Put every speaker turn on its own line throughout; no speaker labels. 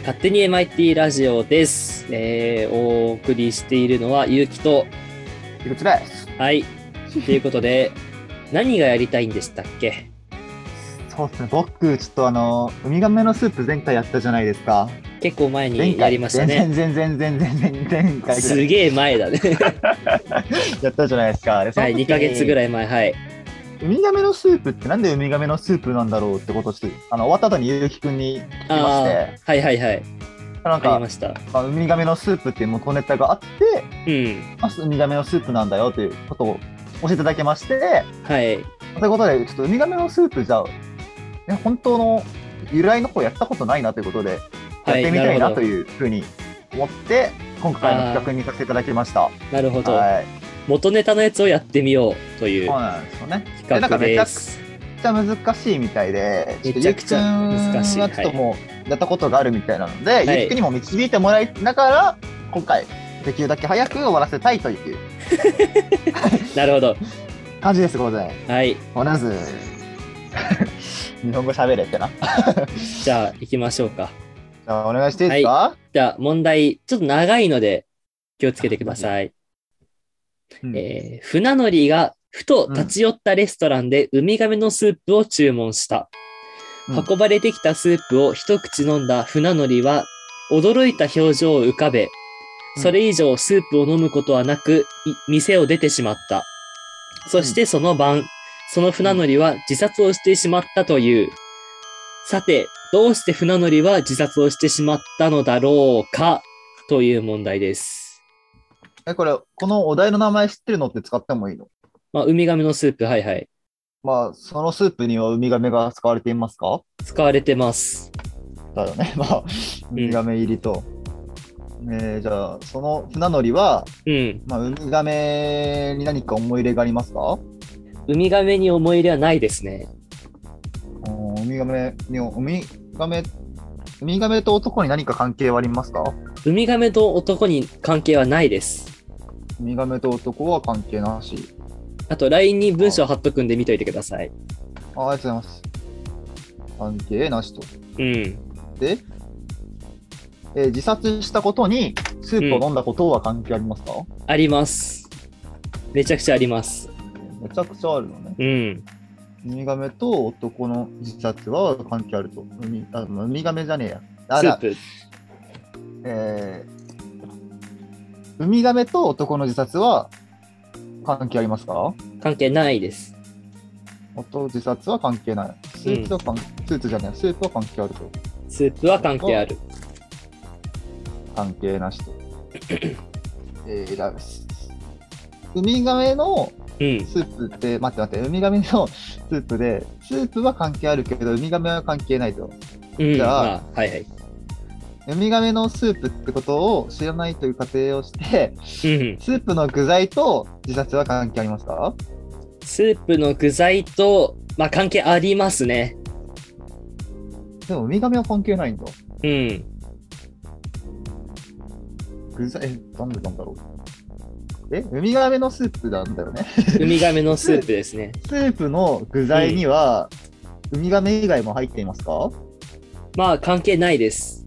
勝手に MIT ラジオです。えーお送りしているのはゆうきと、
いくつです。
はい。ということで、 何がやりたいんでしたっけ
そうですね。僕、ちょっとあの、ウミガメのスープ前回やったじゃないですか。
結構前
前
に
回
やりましたね。
前前前前前前前前回ぐら
す
い
げえ前 だね。
やったじゃないですか。
はい、2ヶ月ぐ
い。
らい前。はい。
ウミガメのスープってなんでウミガメのスープなんだろうってことをちょっと、あの、終わった後にゆうきくんに聞き
あ
まして、
あ、はいはいはい。
なん
あり
か、
ました。
まあ、ウミガメのスープっていう元ネタがあって、
うん。
まあ、ウミガメのスープなんだよということを教えていただきまして、
はい。
ということで、ちょっとウミガメのスープじゃあ、ね、本当の由来の方やったことないなということで、やっ
はい
てみたい
な
な
るほど
というふうに思って、今回の企画にさせていただきました。は
なるほ
い。
ど。元ネタのやつをやってみようという
そうなんですよね。
企
な
画
んかめち
で
ゃく
す。
ちゃ難しいみたいで、
めちゃくちゃ難しい
ちょっとゆうきくんはちょっともう、やったことがあるみたいなので、
い
ゆうきくんにも導いてもらいながら、今回、できるだけ早く終わらせたいという
なるほど。
感じです、ございます。
はい。
もう まず、日本語喋れってな。じ
じゃあ、行きましょうか。
ゃあ、お願いしていいですか、
じゃあ、問題、ちょっと長いので、気をつけてください。
うん
えー船乗りがふと立ち寄ったレストランでウミガメのスープを注文した。
うん
運ばれてきたスープを一口飲んだ船乗りは、驚いた表情を浮かべ、
うん
それ以上スープを飲むことはなく、い店を出てしまった。そしてその晩、その船乗りは自殺をしてしまったという。さて、どうして船乗りは自殺をしてしまったのだろうかという問題です。
え、これ、このお題の名前知ってるのって使ってもいいの
まあ、ウミガメのスープ、はいはい。
まあ、そのスープにはウミガメが使われていますか
使われてます。
だよね。ま あ、ウミガメ入りと。えーじゃあ、その船乗りは、
うん。
まあ、ウミガメに何か思い入れがありますか
ウミガメに思い入れはないですね。
うんウミガメに、ウミガメ、ウミガメと男に何か関係はありますか
ウミガメと男に関係はないです。
ウミガメと男は関係なし。
あと、LINE に文章貼っとくんで見といてください。
あありがとうございます。関係なしと。
うん。
で、えー自殺したことにスープを飲んだことは関係ありますか、
あります。めちゃくちゃあります。
めちゃくちゃあるのね。
うん。
ウミガメと男の自殺は関係あると。ウミあウミガメじゃねえや。あ
スー
ら、
プ。
えー、ウミガメと男の自殺は関係ありますか
関係ないです。
男自殺は関係ない。スープは関、スーツじゃねえ、スープは関係あると。
スープは関係ある。
関係な しと。えー、だウミガメの
うん。
スープって、待って待って、ウミガメのスープで、スープは関係あるけど、ウミガメは関係ないと。
うん。
じゃあ
まあ、はいはい。
ウミガメのスープってことを知らないという仮定をして、
うん。
スープの具材と自殺は関係ありますか
スープの具材と、まあ関係ありますね。
でもウミガメは関係ないんだ。
うん。
具材、えなんでなんだろう。え、ウミガメのスープなんだよね。
ウミガメのスープです ね。
スープの具材には、ウミガメ以外も入っていますか
まあ関係ないです。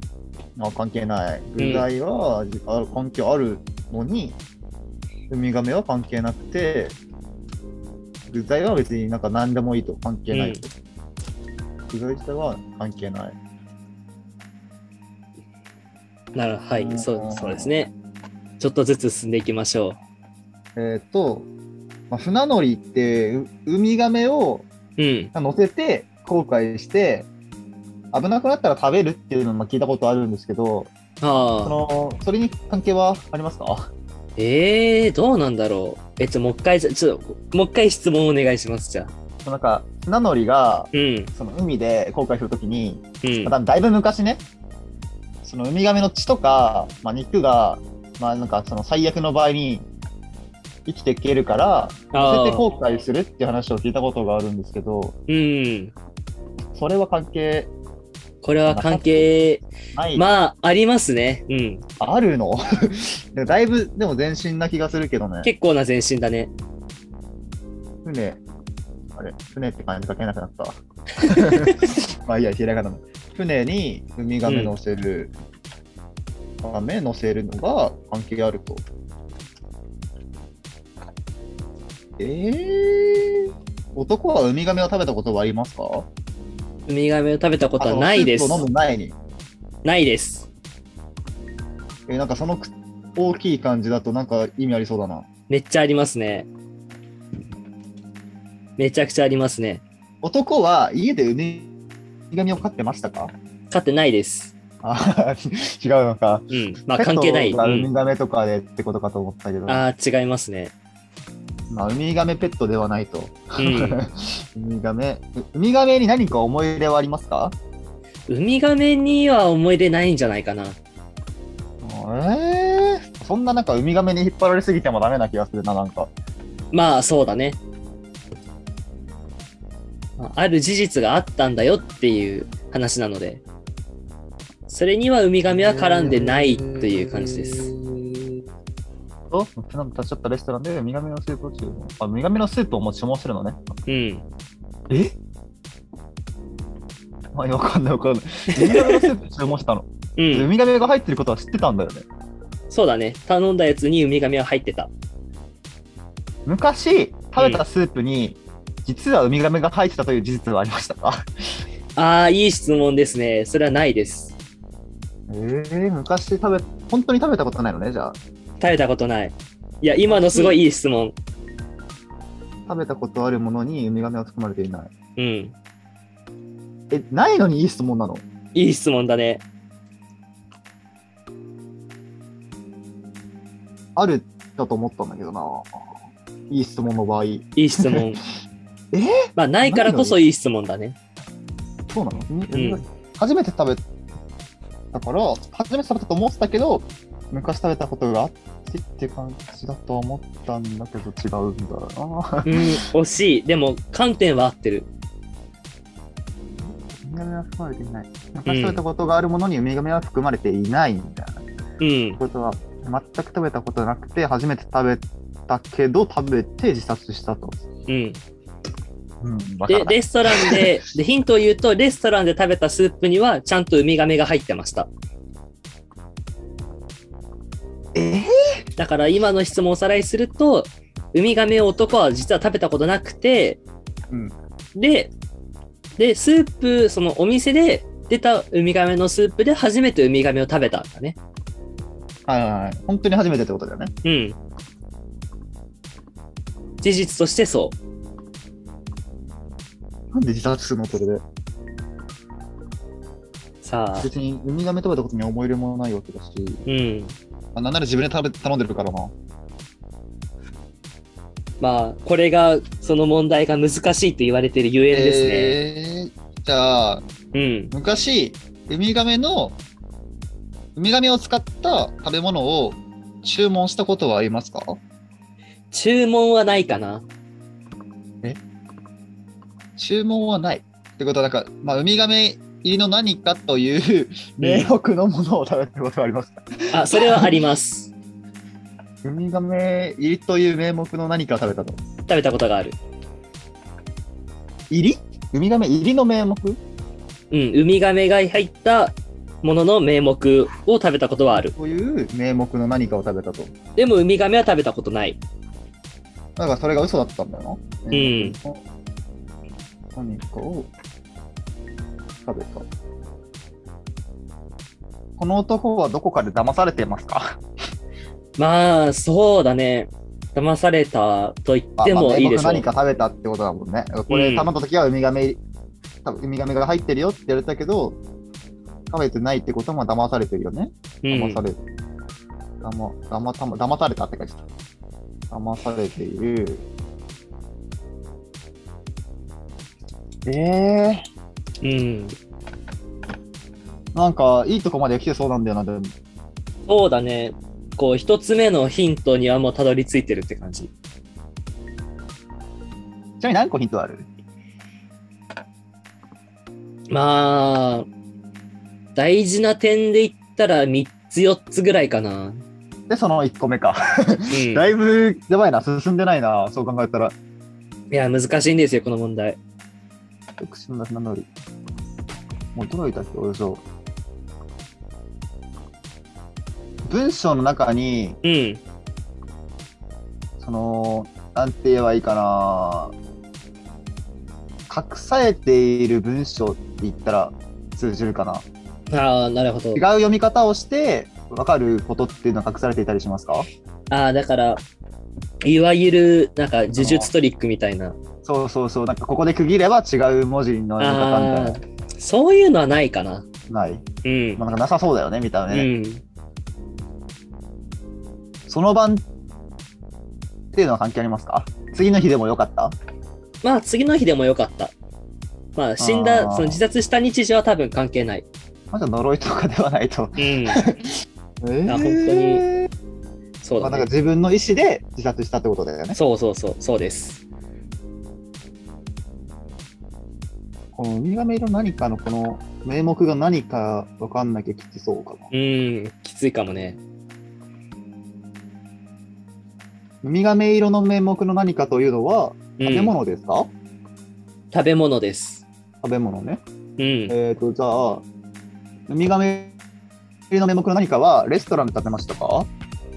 あ関係ない。具材は、じあ関係あるのに、ウミガメは関係なくて、具材は別になんか何でもいいと関係ないと。具材自体は関係ない。
なるは
う
い、
ん
そうそうですね。ちょっとずつ進んでいきましょ
えっ、と、まあ、船乗りってうウミガメを
う。うん。
乗せて航海して、危なくなったら食べるっていうのも聞いたことあるんですけど、そ
ああ。
のそれに関係はありますか
ええー、どうなんだろう。えっと、もう一回、じゃちょっと、もう一回質問お願いします、じゃあ。
そのなんか船乗りが
うん、
その海で航海するときに、
うん
ま。あ、だいぶ昔ね、そのウミガメの血とか、まあ、肉が、まあ、なんかその最悪の場合に生きていけるから、乗せて
ああ。
航海するっていう話を聞いたことがあるんですけど、
うん。
それは関係
これは関係、
ない
まあ、ありますね。うん。
あるの でもだいぶ、でも前進な気がするけどね。
結構な前進だね。
船、あれ、船って感じ書け なくなったわ。まあいいや、ひらがなの。船にウミガメ乗せる。カメ乗せるのが関係あると。えー、男はウミガメを食べたことはありますか
ウミガメを食べたことはないです
あ。のスープを飲む前に。
ないです。
えなんかそのく大きい感じだとなんか意味ありそうだな。
めっちゃありますね。めちゃくちゃありますね。
男は家でウミガメを飼ってましたか
飼ってないです。
あ違うのか。
うん。まあ関係ない。う
ペットがウミ
ん、
ガメとかでってことかと思ったけど、
ああ、違いますね。
まあ、ウミガメペットではないと。
うん。
ウミガメ、ウウミガメに何か思い入れはありますか
ウミガメには思い出ないんじゃないかな。
えー、そんななんかウミガメに引っ張られすぎてもダメな気がするな、なんか。
まあそうだね。ある事実があったんだよっていう話なので、それにはウミガメは絡んでないという感じです。。
と、なんか立ち寄ったレストランでウミガメのスープを注文。あ、ウミガメのスープをもう注文するのね。
うん。
えまあ、わかんないわかんない。ウミガメのスープ注文したの。
う
ウ
ん。
ミガメが入ってることは知ってたんだよね。
そうだね。頼んだやつにウミガメは入ってた。
昔、食べたスープに、実はウミガメが入ってたという事実はありましたか
ああ、いい質問ですね。それはないです。
えー、昔食べ、本当に食べたことないのね、じゃあ。
食べたことない。いや、今のすごいいい質問。
食べたことあるものにウミガメは含まれていない。
うん。
え、ないのにいい質問なの
いい質問だね。
あるだと思ったんだけどな。いい質問の場合。
いい質問。
え
まあ、ないからこそいい質問だね。
そうなの、
ん
初めて食べたから、初めて食べたと思ってたけど、昔食べたことがあってって感じだと思ったんだけど、違うんだ
う
な。
ん、惜しい。でも、観点は合ってる。
ウミガメは含まれていない。昔食べたことがあるものにウミガメは含まれていないみたいな
うん。
ことは、全く食べたことなくて、初めて食べたけど、食べて自殺したと。
うん。
うん、わから
で、
ない
レストランで、 でヒントを言うと、レストランで食べたスープには、ちゃんとウミガメが入ってました。
え
だから、今の質問をおさらいすると、ウミガメを男は実は食べたことなくて、
うん
で、で、スープ、そのお店で出たウミガメのスープで初めてウミガメを食べたんだね。
はいはいはい。本当に初めてってことだよね。
うん。事実としてそう。
なんで自殺するのそれで。
さあ、
別にウミガメ食べたことに思い入れもないわけだし、
うん。
あなんなら自分で食べ頼んでるからな。
まあ、これが、その問題が難しいと言われているゆえんですね。
えーじゃあ、
うん。
昔、ウミガメの、ウミガメを使った食べ物を注文したことはありますか
注文はないかな。
注文はない。ってことは、なんか、まあ、ウミガメ入りの何かという名目のものを食べたことはありますか、
あ、それはあります。
ウミガメ入りという名目の何かを食べたと。
食べたことがある。
入りウミガメ入りの名目
うん。ウミガメが入ったものの名目を食べたことはある。
という名目の何かを食べたと。
でも、ウミガメは食べたことない。
だからそれが嘘だったんだよな。
うん。
何かを食べた。この男はどこかで騙されていますか
まあ、そうだね。騙されたと言って
あま
も
あ
いいでしょう。
名目何か食べたってことだもんね。こ
うん
れ頼んだ時はウミガメ、多分ウミガメが入ってるよって言われたけど、食べてないってことも騙されてるよね。騙される。だま、だま、たま、騙されたって感じだ。騙されている。え
うん、うん。
ー、なんか、いいとこまで来てそうなんだよな、でも。
そうだね。こう、一つ目のヒントにはもうたどり着いてるって感じ。
ちなみに何個ヒントある
まあ、大事な点で言ったら3つ4つぐらいかな。
で、その1個目か。
うん、
だいぶ、やばいな、進んでないな、そう考えたら。
いや、難しいんですよ、この問題。
口の中のり。もうどのいたっけ、およそ。文章の中に、
うん。
その、なんて言えばいいかな。隠されている文章って言ったら通じるかな。
ああ、なるほど
違う。読み方をして分かることっていうのは隠されていたりしますか
ああ、だから、いわゆる、なんか、呪術トリックみたいな。
そうそうそう。なんかここで区切れば違う文字の読み方みた
ああ
い
ー、そういうのはないかな。
な。ない。
うん。
まあ、なんかなさそうだよね、みたいな
う
ね。
ん。
その晩っていうのは関係ありますか次の日でもよかった
まあ、次の日でもよかった。まあ、死んだ
あ、ー
その自殺した日時は多分関係ない。
まず呪いとかではないと。
うん。
え
本当に そう
まあ、
だ
なんか
ね。
自分の意思で自殺したってことだよね。
そうそうそう、そうです。
このウミガメの何かのこの名目が何か分かんなきゃきつそうかな。
うん、きついかもね。
ウミガメ色の名目の何かというのは
うん
食べ物ですか、
食べ物です。
食べ物ね。
うん。
えっ、ー、と、じゃあ、ウミガメ色の名目の何かはレストランで食べましたか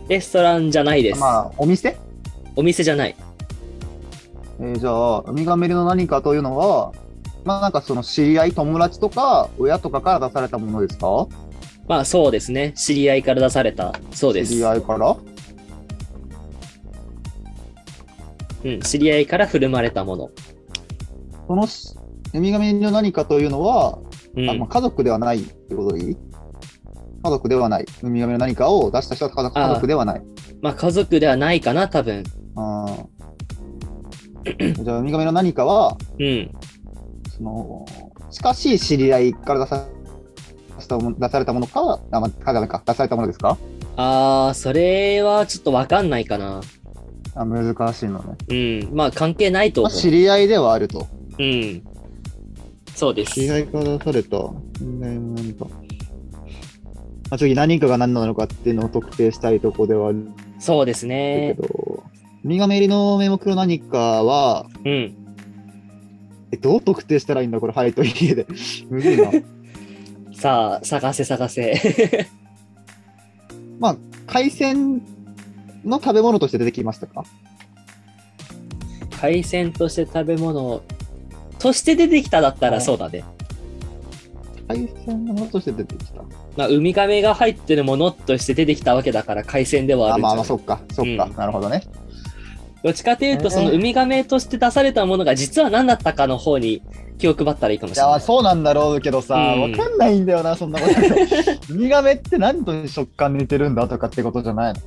レストランじゃないです。
まあ、お店、
お店じゃない。
えーじゃあ、ウミガメ色の何かというのは、まあなんかその知り合い、友達とか親とかから出されたものですか
まあ、そうですね。知り合いから出された。そうです。
知り合いから
うん、知り合いから振る舞われたもの。
そのしウミガメの何かというのは、
うん
あまあ、家族ではないってことでいい家族ではない。ウミガメの何かを出した人は家族
ああ
家族ではない。
まあ、家族ではないかな、多分。
あ ーじゃあ、ウミガメの何かは、
うん。
その近しい知り合いから出さしたもの出されたものか、あまあ、かかか出されたものですか
ああ、それはちょっとわかんないかな。
あ難しいのね。
うん。まあ、関係ないと
ま
思
あ、知り合いではあると。
う。うん。そうです。
合いから出された。何か。まあ、次、何かが何なのかっていうのを特定したいとこではある
そうですね
け。ど、ウミガメ入りの名目の何かは、
うん。
え、どう特定したらいいんだ、これ、はいと家で。 むずいな。
さあ、探せ探せ。
まあ、海鮮の食べ物として出てきましたか
海鮮として食べ物として出てきただった
う
ら
ん
そうだね。
海鮮のものとして出てきた。
まあ、ウミガメが入ってるものとして出てきたわけだから海鮮では
あ
あるんじ
ま
ゃ
あ
な
ま
い
あ、そっか、そっか、
うん
なるほどね。
どっちかというと、
ね
そのウミガメとして出されたものが実は何だったかの方に気を配ったらいいかも
い
しれな
や、
い。
そうなんだろうけどさ、
うん
わかんないんだよな、そん なこと。ウミガメって何と食感似てるんだとかってことじゃないの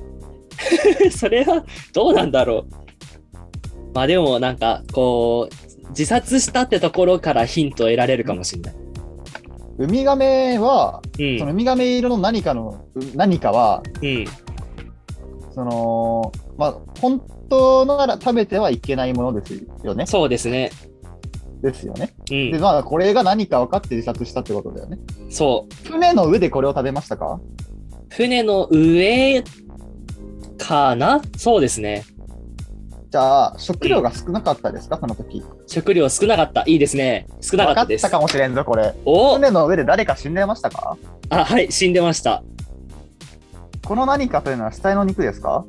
それはどうなんだろう。まあでもなんかこう自殺したってところからヒントを得られるかもしれない。
ウミガメは、
うん
そのウミガメ色の何かの、う何かは、
うん
その、まあ、本当なら食べてはいけないものですよね。
そうですね。
ですよね。
う
で、
ん、
まあ、これが何か分かって自殺したってことだよね。
そう。
船の上でこれを食べましたか
船の上かなそうですね。
じゃあ、食料が少なかったですか、その時。
食料少なかった。いいですね。少なか
分
っ
か
た
っ
です
た。かもしれんぞ、これ。
お
船の上で誰か死んでましたか
あ、はい、死んでました。
この何かというのは死体の肉ですか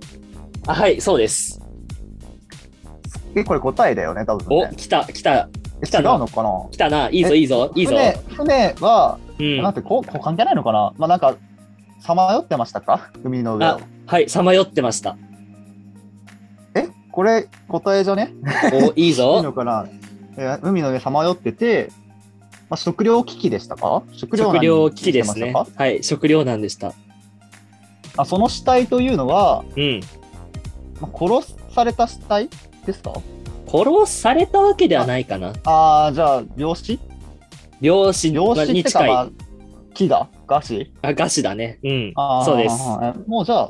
あ、はい、そうです。
え、これ答えだよね、多分
お、
ね。
来た、来た、
え
来た
違う
な
のかな
来たな。いいぞ、いいぞ、いいぞ。
船船は、
うん。
なんてこうこう関係ないのかなまあなんか、さまよってましたか海の上を
あ。はい、さまよってました。
え、これ答えじゃね
お、いい
いい
ぞ。
のかな、えー海の上さまよってて、まあ、食料危機でしたか食料
食
難
料
に
危機です
して
ね
まし。
はい、食料難でした。
たかあその死体というのは、
うん。
まあ、殺された死体ですか
殺されたわけではないかな。
ああ、じゃあ、病死
漁師
病死
に
ってか、
近い。
ま
あ、
あ、木だ餓死
餓死だね。うん
あ。ー
そうです。
あーもうじゃあ、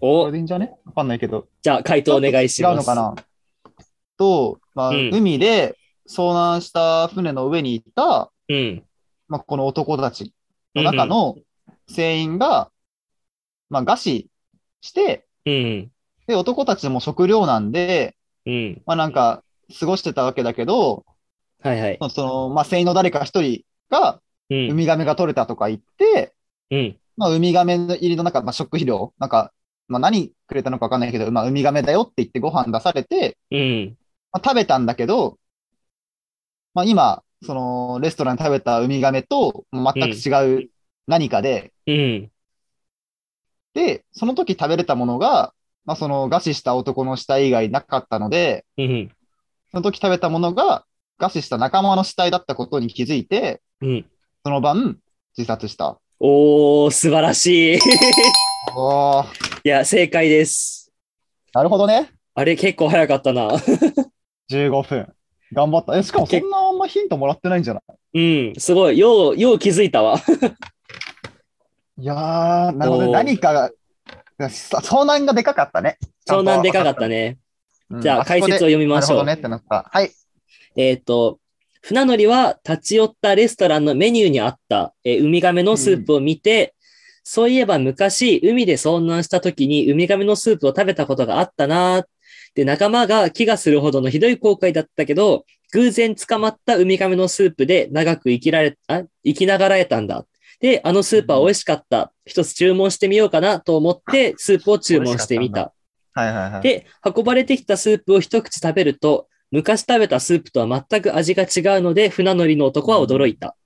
これ
お、
でいいんじゃねわかんないけど。
じゃあ回答お願いします。
違うのかなと、まあ
うん
海で遭難した船の上にいた、
うん。
まあ、この男たちの中の船員が、まあ、餓死して、
うん。
で、男たちも食料なんで、
うん。うん。
まあ、なんか、過ごしてたわけだけど、
はいはい。
その、まあ、船員の誰か一人が、
う
ウ
ん。
ミガメが取れたとか言って、
うん。
まあ、ウミガメの入りの中、まあ、食肥料、なんか、まあ、何くれたのかわかんないけど、まあ、ウミガメだよって言ってご飯出されて、
うん。
まあ、食べたんだけど、まあ、今、その、レストランで食べたウミガメとまあ全く違う何かで、
うん。
で、その時食べれたものが、まあ、その、餓死した男の死体以外なかったので、
うん。
その時食べたものが、餓死した仲間の死体だったことに気づいて、
うん。
その晩、自殺した。
おー、素晴らしい。い
おー、
や、正解です。
なるほどね。
あれ、結構早かったな。
15分。頑張った。え、しかもそんなあんまヒントもらってないんじゃない
うん、すごい。よう、よう気づいたわ。
いやー、なるほどね。
おー
何かが、さ遭難がでかかったね。
湘南でかかったね。
うん。
じゃあ、解説を
を
読みましょう。
なるほどねってなった。はい。
えっ、と、船乗りは立ち寄ったレストランのメニューにあった、えーウミガメのスープを見て、そういえば昔、海で遭難した時にウミガメのスープを食べたことがあったなーで、仲間が飢餓するほどのひどい後悔だったけど、偶然捕まったウミガメのスープで長く生きられ、あ生きながらえたんだ。で、あのスープは美味しかった。一つ注文してみようかなと思って、スープを注文してみた。
はいはいはい。
で、運ばれてきたスープを一口食べると、昔食べたスープとは全く味が違うので、船乗りの男は驚いた。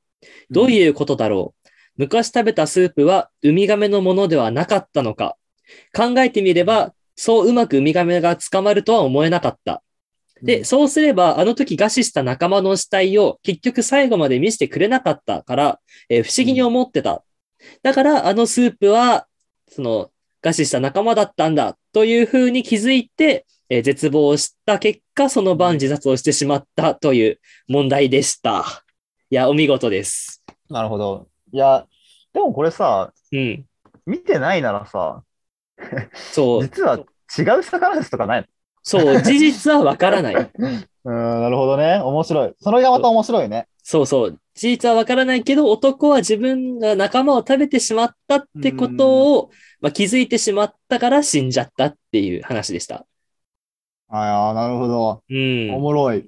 どう
う
いうことだろう昔食べたスープはウミガメのものではなかったのか考えてみれば、そううまくウミガメが捕まるとは思えなかった。
ん
で、、そうすれば、あの時餓死した仲間の死体を結局最後まで見せてくれなかったから、えー不思議に思ってた。だから、あのスープは、その、餓死した仲間だったんだ、というふうに気づいて、えー絶望した結果、その晩自殺をしてしまったという問題でした。いや、お見事です。
なるほど。いや、でもこれさ、
うん。
見てないならさ、
そう、
実は違う魚ですとかない
そう、事実はわからない。
のうん、なるほどね。面白い。それがまた面白いね。
そうそう。事実はわからないけど、男は自分が仲間を食べてしまったってことを、まあ、気づいてしまったから死んじゃったっていう話でした。
ああ、なるほど。
う
お
ん。
もろい。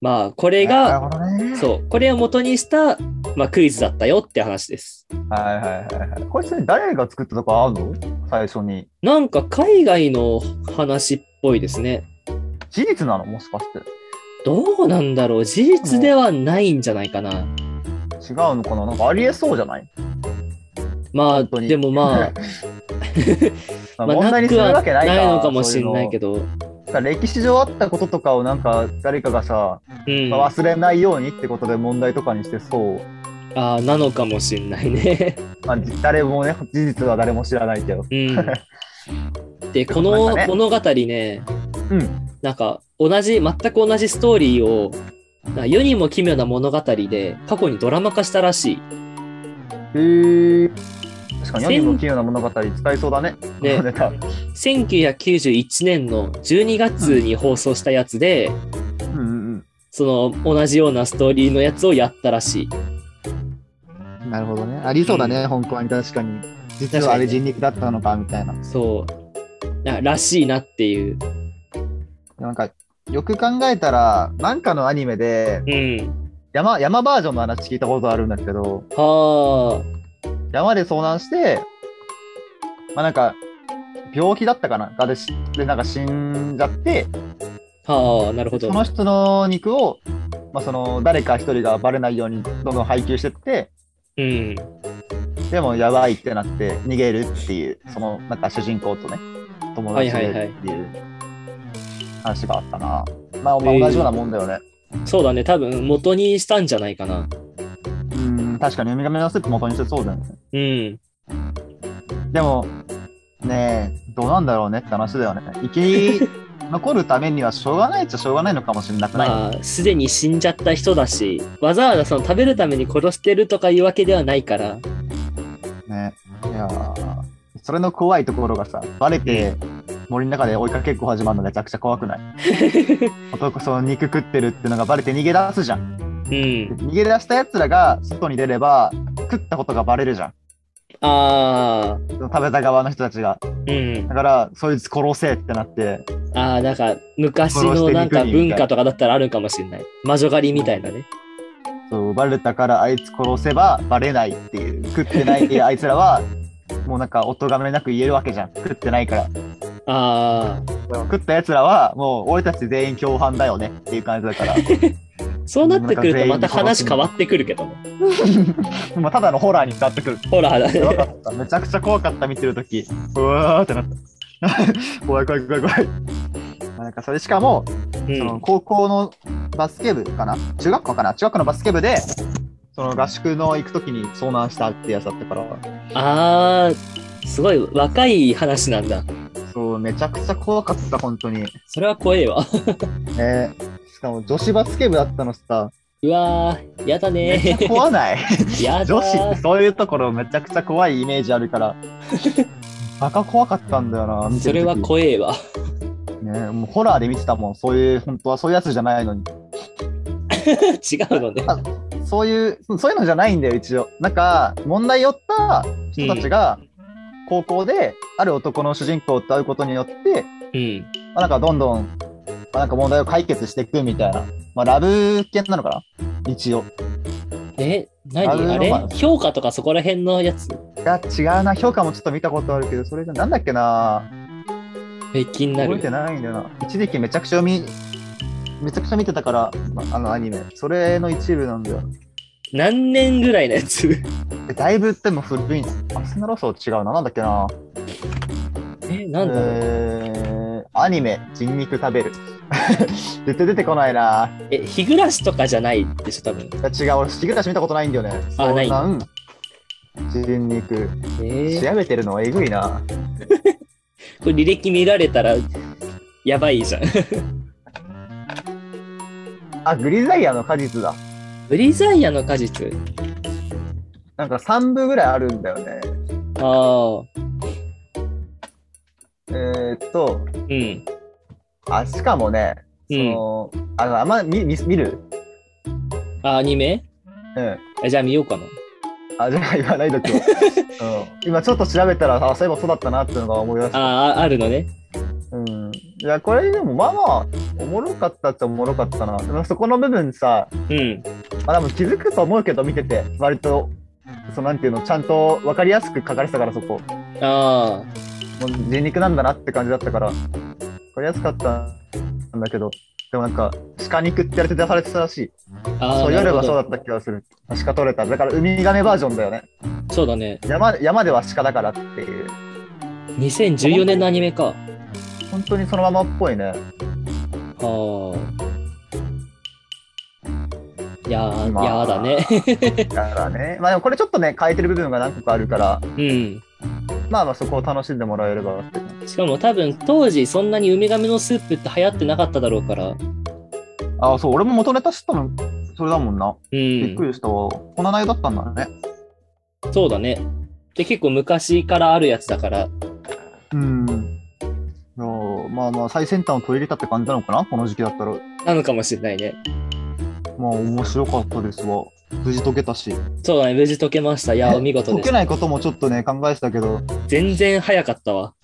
まあ、これが、
なるほどね。
そう、これを元にした、まあ、クイズだったよって話です。
はいはいはいはい。こいつ誰が作ったとかあるの最初に。
なんか海外の話っぽいですね。
事実なのもしかして。
どうなんだろう事実ではないんじゃないかな。
違うのかななんかありえそうじゃない
まあ、
当に
でも まあ、まあ、
問題にするわけないか
なくはないのかもしれないけ
ど。
ど。
そういうの歴史上あったこととかをなんか誰かがさ、
うん。あ
忘れないようにってことで問題とかにしてそう。
あー、なのかもしれないね。
まあ、じ誰もね、事実は誰も知らないけど。
うん、でこ
なん
の
かね
物語ね、
うん
なんか同じ全く同じストーリーをなんか世にも奇妙な物語で過去にドラマ化したらしい。
へえ。確かに世にも奇妙な物語使えそうだね。
ね
この ネタ
1991年の12月に放送したやつで、
うんうん
その同じようなストーリーのやつをやったらしい。
うん。なるほどね。ありそうだね、香港に確かに。実はあれ人力だったのかみたいな。
そう。ならしいなっていう。
なんか、よく考えたら、なんかのアニメで
うん。
山、山バージョンの話聞いたことあるんだけど、
はあ。
山で遭難して、まあなんか、病気だったかながでしで、なんか死んじゃって、
はあ、なるほど
そ。の人の肉を、まあ、その誰か一人がバレないようにどんどん配給してって
うん。
でもやばいってなって逃げるっていうそのなんか主人公とね友達
は
で
いはいはい
っていう話があったな、まあ、ま
え
あ
ー
同じようなもんだよね、
そうだね。多分元にしたんじゃないかな。
うん確かにウミガメのスープ元にしてそうだよね
うん。
でもねえどうなんだろうねって話だよね生き残るためにはしょうがないっちゃしょうがないのかもしれなくない、
まあ、すでに死んじゃった人だし、わざわざその食べるために殺してるとかいうわけではないから、
ねいやーそれの怖いところがさバレて森の中で追いかけっこ始まるのめちゃくちゃ怖くない男その肉食ってるってのがバレて逃げ出すじゃん
うん。
逃げ出したやつらが外に出れば食ったことがバレるじゃん
ああ、
その食べた側の人たちが
うん。
だからそいつ殺せってなって
ああ、なんか、昔のなんか文化とかだったらあるかもしれない。魔女狩りみたいなね。
そうバレたからあいつ殺せばバレないっていう食ってないあいつらはもうなんかお咎めなく言えるわけじゃん食ってないから
ああ、
食ったやつらはもう俺たち全員共犯だよねっていう感じだから
そうなってくるとまた話変わってくるけども。
まあただのホラーに変わってくる
ホラーだね。
やばかっためちゃくちゃ怖かった見てるときうわーってな った怖い怖い怖い 怖いなんかそれしかも
うん
その高校のバスケ部かな中学校かな中学校のバスケ部でその合宿の行くときに遭難したってやつだったから
ああ、すごい若い話なんだ。
そうめちゃくちゃ怖かった本当に
それは怖えわ。
えーしかも女子バスケ部だったのさ
うわー、やだ
めっ
ね
ちゃ怖ない
ー。やだー
女子ってそういうところめちゃくちゃ怖いイメージあるからバカ怖かったんだよな見て
そ
る
れは
時
怖えわ。
ねもうホラーで見てたもんそういう本当はそういうやつじゃないのに
違うのね。
そういうそうそういうのじゃないんだよ一応なんか問題を負った人たちが高校である男の主人公と会うことによって、
うん。
まあ、なんかどんどん、まあ、なんか問題を解決していくみたいな、まあ、ラブ系なのかな一応
え、何
あれ
あれ
まあ
評価とかそこら辺のやつ
が違うな評価もちょっと見たことあるけどそれじゃなんだっけな
え、気にな
覚え
る
て。ないんだよな一時期めちゃくちゃ見めちゃくちゃ見てたから、まあ、あのアニメそれの一部なんだよ
何年ぐらいのやつ
えだいぶでも古いなアスナロソ違うななんだっけな
え、なんだろう。
えーアニメ「人肉食べる」 絶対出てこないな
え、日暮らしとかじゃないでしょ、多分。
いや違う俺シグラシ見たことないんだよね
あない
遭難人肉
えー、
調べてるのえぐいな
これ履歴見られたら、やばいじゃん。
あグリザイアの果実だ
ブリザイアの果実。
なんか3部ぐらいあるんだよね
ああ、
えー、っと
うん。
あしかもねその、あのあんま見見見る
あ、アニメ
うん
あじゃあ見ようかな。
あじゃあ言わないと きうん、今ちょっと調べたらあそういえばそうだったなっていうのが思い出した
ああ、あるのね。
うんいやこれでもまあまあおもろかったっちゃおもろかったなでもそこの部分さ、
うん。
まあ、でも気づくと思うけど見てて割とそのなんていうのちゃんと分かりやすく書かれてたからそこも
あ
う人肉なんだなって感じだったから分かりやすかったんだけどでもなんか鹿肉ってやれて出されてたらしい
あ。ああ。
そう言われ
なる
ば
ほ
そう
ど
だった気がする鹿取れただからウミガメバージョンだよね
そうだね。
山山では鹿だからっていう
2014年のアニメか。あ
本当にそのままっぽいね
あ。いやー、
まあ
やだね。
だからねまあでもこれちょっとね変えてる部分が何個かあるから
うん。
まあまあそこを楽しんでもらえればっていう
しかも多分当時そんなにウミガメのスープって流行ってなかっただろうから。
ああそう俺も元ネタ知ったのそれだもんな、
う
びっく
ん。
りしたわこんな内容だったんだね
そうだね。で、結構昔からあるやつだから。
うんいやーまあまあ最先端を取り入れたって感じなのかなこの時期だったらま
なのかもしれないね。
あ面白かったですわ無事解けたしい
そうだね。無事解けました。いやー、お見事で
解け
す。
ないこともちょっとね考えてたけど
全然早かったわ。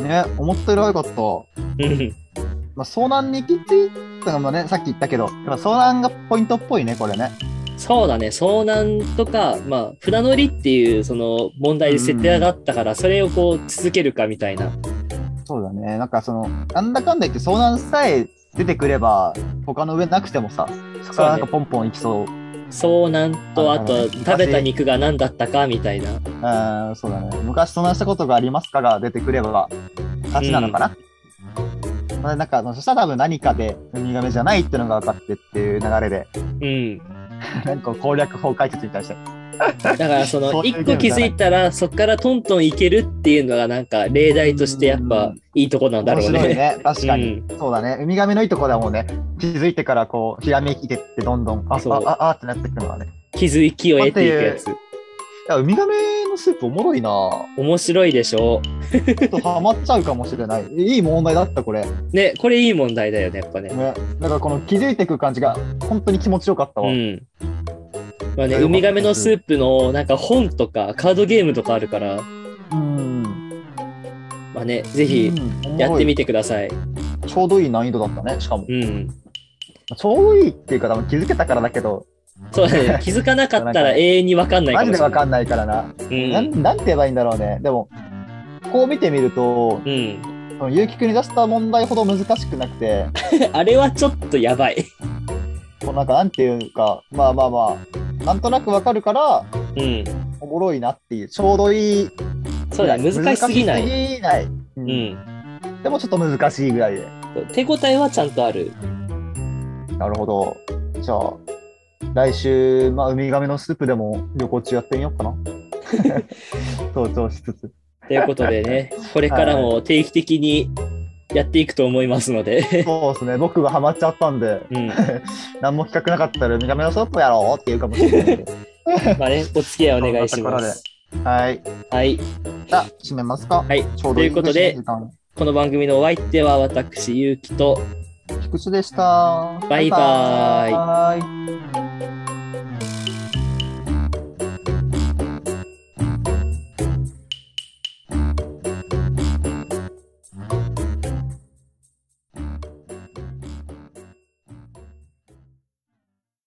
ね思ったより早かった、
うん。
まあ、遭難に行き着いたのもねさっき言ったけどやっぱ遭難がポイントっぽいねこれね
そうだね、遭難とか、まあ、船乗りっていうその問題で設定があったから、それをこう続けるかみたいな。
そうだねなんかそのなんだかんだ言って遭難さえ出てくれば他の上なくてもさそこからなんかポンポンいきそう
遭難と、
あ
あと、
昔
食べた肉が何だったかみたいな。
うんそうだね。昔そんなしたことがありますかが出てくれば、勝ちなのかな、まあなんか、そしたら多分何かでウミガメじゃないってのが分かってっていう流れで、
うん。
なんか攻略法解説に対して。
だから、そ
そ
の、
ういう
一個気づいたら、そこからトントンいけるっていうのが、なんか、例題としてやっ
う
ぱ
ん、
いいとこなんだ
面
ろう
白い
ね。
ね。確かに、
う
そうだね。ウミガメのいいとこだもんね。気づいてからこう、ひらめきてってどんどん、あ、あ
そう、
あ、あってなってくるのはね。
気づきを得ていくやつ。
いや、ウミガメのスープおもろいな
面白いでしょ
ちょっとハマっちゃうかもしれない。いい問題だった、これ。
う。ね、これいい問題だよね、やっぱね。
ね。だからこの気づいてく感じが、本当に気持ちよかったわ。
うん。まあね、
よかった
ウミガメのスープの、なんか本とか、カードゲームとかあるから、
うん。
まあね、ぜひ
うん
やってみてください。
ちょうどいい難易度だったね、しかも。
うん。
ちょうどいいっていうか、多分気づけたからだけど、
そうだね。気づかなかったら永遠にわかんない
マジでわかん
ない。
ないからな。
う。
なんんなんて言えばいいんだろうね。でも、こう見てみると、
うん。
その結城くんに出した問題ほど難しくなくて、
あれはちょっとやばい。
こうなんかなんていうか、まあまあまあ、なんとなくわかるから、
うん。
おもろいなっていう、ちょうどいい。
そうだね。難しすぎな
難
い。
しすぎない。う
うんん。
でもちょっと難しいぐらいで。
手応えはちゃんとある。
なるほど。じゃあ、来週、まあ、ウミガメのスープでも旅行中やってみよう かな。登場しつつ。
ということでね、これからも定期的にやっていくと思いますので。
そうですね、僕がハマっちゃったんで、
うん。ま
何も企画なかったらウミガメのスープやろうって言うかもしれな いんで。
あね、お付き合いお願いし ます。
はい。
はい。
じゃあ、締めますか。
はい。
ちょうどいい
ということで
時間
この番組のお相手は私、ゆうきと、
菊池でした。
バイバーイ
バイバーイ